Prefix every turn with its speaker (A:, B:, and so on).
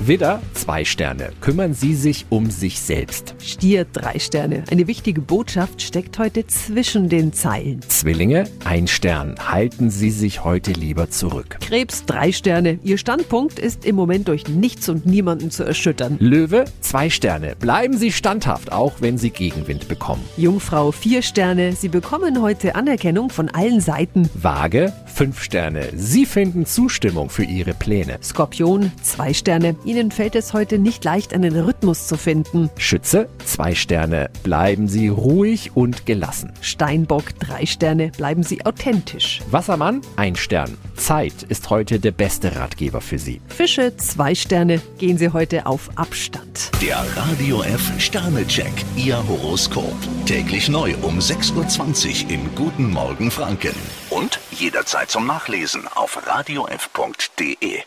A: Widder, zwei Sterne. Kümmern Sie sich um sich selbst.
B: Stier, drei Sterne. Eine wichtige Botschaft steckt heute zwischen den Zeilen.
A: Zwillinge, ein Stern. Halten Sie sich heute lieber zurück.
B: Krebs, drei Sterne. Ihr Standpunkt ist im Moment durch nichts und niemanden zu erschüttern.
A: Löwe, zwei Sterne. Bleiben Sie standhaft, auch wenn Sie Gegenwind bekommen.
B: Jungfrau, vier Sterne. Sie bekommen heute Anerkennung von allen Seiten.
A: Waage, fünf Sterne. Sie finden Zustimmung für Ihre Pläne.
B: Skorpion, zwei Sterne. Ihnen fällt es heute nicht leicht, einen Rhythmus zu finden.
A: Schütze, zwei Sterne. Bleiben Sie ruhig und gelassen.
B: Steinbock, drei Sterne. Bleiben Sie authentisch.
A: Wassermann, ein Stern. Zeit ist heute der beste Ratgeber für Sie.
B: Fische, zwei Sterne. Gehen Sie heute auf Abstand.
C: Der Radio F Sternecheck, Ihr Horoskop. Täglich neu um 6.20 Uhr im Guten Morgen Franken. Und jederzeit zum Nachlesen auf radiof.de.